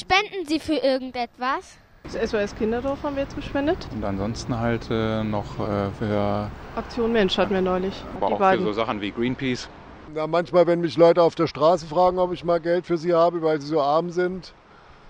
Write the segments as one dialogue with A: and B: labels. A: Spenden Sie für irgendetwas?
B: Das SOS Kinderdorf haben wir jetzt gespendet.
C: Und ansonsten halt äh, noch äh, für,
B: Aktion Mensch hatten wir neulich.
C: aber
B: die
C: auch für
B: beiden.
C: so Sachen wie Greenpeace.
D: Na, manchmal, wenn mich Leute auf der Straße fragen, ob ich mal Geld für sie habe, weil sie so arm sind.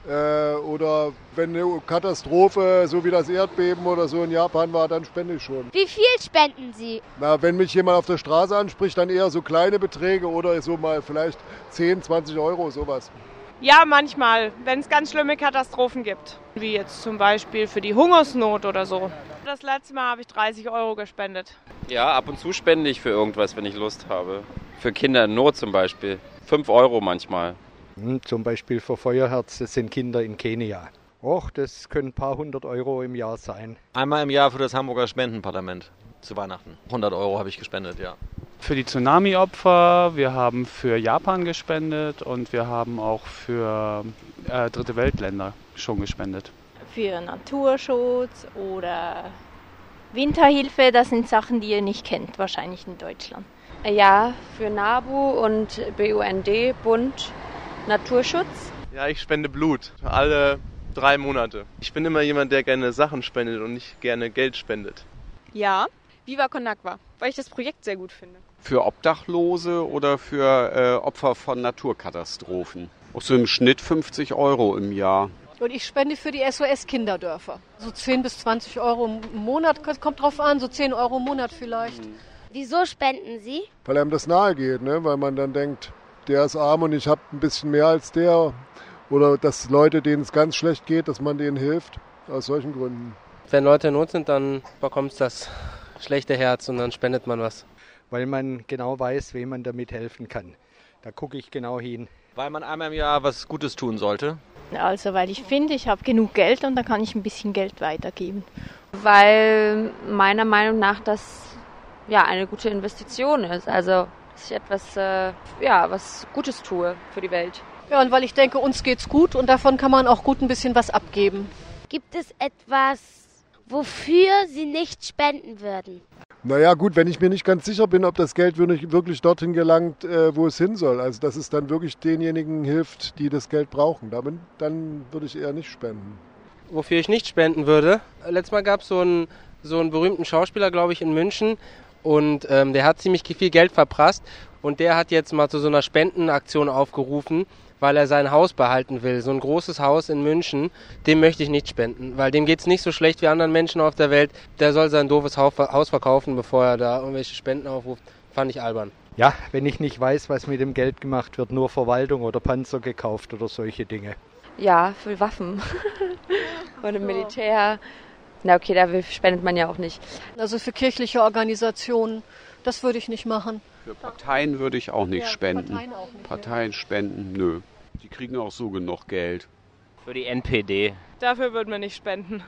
D: Äh, oder wenn eine Katastrophe, so wie das Erdbeben oder so in Japan war, dann spende ich schon.
A: Wie viel spenden Sie?
D: Na, wenn mich jemand auf der Straße anspricht, dann eher so kleine Beträge oder so mal vielleicht 10, 20 Euro, sowas.
E: Ja, manchmal, wenn es ganz schlimme Katastrophen gibt. Wie jetzt zum Beispiel für die Hungersnot oder so. Das letzte Mal habe ich 30 Euro gespendet.
F: Ja, ab und zu spende ich für irgendwas, wenn ich Lust habe. Für Kinder in Not zum Beispiel. 5 Euro manchmal.
G: Hm, Zum Beispiel für Feuerherz, das sind Kinder in Kenia. Och, das können ein paar hundert Euro im Jahr sein.
H: Einmal im Jahr für das Hamburger Spendenparlament zu Weihnachten. 100 Euro habe ich gespendet, ja.
I: für die Tsunami-Opfer, wir haben für Japan gespendet und wir haben auch für äh, Dritte Weltländer schon gespendet.
J: für Naturschutz oder Winterhilfe. Das sind Sachen, die ihr nicht kennt, wahrscheinlich in Deutschland. Ja, für NABU und BUND, Bund Naturschutz.
K: Ja, ich spende Blut. Alle drei Monate. Ich bin immer jemand, der gerne Sachen spendet und nicht gerne Geld spendet.
L: Ja, Viva Con Agua, weil ich das Projekt sehr gut finde.
M: Für Obdachlose oder für äh, Opfer von Naturkatastrophen. Auch so im Schnitt 50 Euro im Jahr.
N: Und ich spende für die SOS Kinderdörfer. So 10 bis 20 Euro im Monat, kommt drauf an, so 10 Euro im Monat vielleicht.
M: Mhm.
A: Wieso spenden Sie?
D: Weil einem das nahe geht, ne? weil man dann denkt, der ist arm und ich habe ein bisschen mehr als der. Oder dass Leute, denen es ganz schlecht geht, dass man denen hilft. Aus solchen Gründen.
O: Wenn Leute in Not sind, dann bekommt das schlechte Herz und dann spendet man was.
G: Weil man genau weiß, wem man damit helfen kann. Da gucke ich genau hin.
H: Weil man einmal im Jahr was Gutes tun sollte.
J: Also, weil ich finde, ich habe genug Geld und dann kann ich ein bisschen Geld weitergeben.
P: weil meiner Meinung nach das ja eine gute Investition ist. Also dass ich etwas äh, ja was Gutes tue für die Welt.
N: Ja, und weil ich denke, uns geht's gut und davon kann man auch gut ein bisschen was abgeben.
A: Gibt es etwas, wofür Sie nicht spenden würden?
D: Naja gut, wenn ich mir nicht ganz sicher bin, ob das Geld wirklich wirklich dorthin gelangt, äh, wo es hin soll, also dass es dann wirklich denjenigen hilft, die das Geld brauchen, damit, dann würde ich eher nicht spenden.
O: Wofür ich nicht spenden würde. Letztes Mal gab es so einen, so einen berühmten Schauspieler, glaube ich, in München und ähm, der hat ziemlich viel Geld verprasst und der hat jetzt mal zu so einer Spendenaktion aufgerufen, weil er sein Haus behalten will. So ein großes Haus in München, dem möchte ich nicht spenden, weil dem geht es nicht so schlecht wie anderen Menschen auf der Welt. Der soll sein doofes Hau- Haus verkaufen, bevor er da irgendwelche Spenden aufruft. Fand ich albern.
G: Ja, wenn ich nicht weiß, was mit dem Geld gemacht wird, nur Verwaltung oder Panzer gekauft oder solche Dinge.
P: Ja, für Waffen und im Militär. Na okay, da will- spendet man ja auch nicht.
N: Also für kirchliche Organisationen, das würde ich nicht machen.
M: Für Parteien würde ich auch nicht
N: Ja, für
M: spenden.
N: Parteien auch nicht,
M: Parteien spenden, nö. Die kriegen auch so genug Geld.
Q: Für die NPD.
E: Dafür würden wir nicht spenden.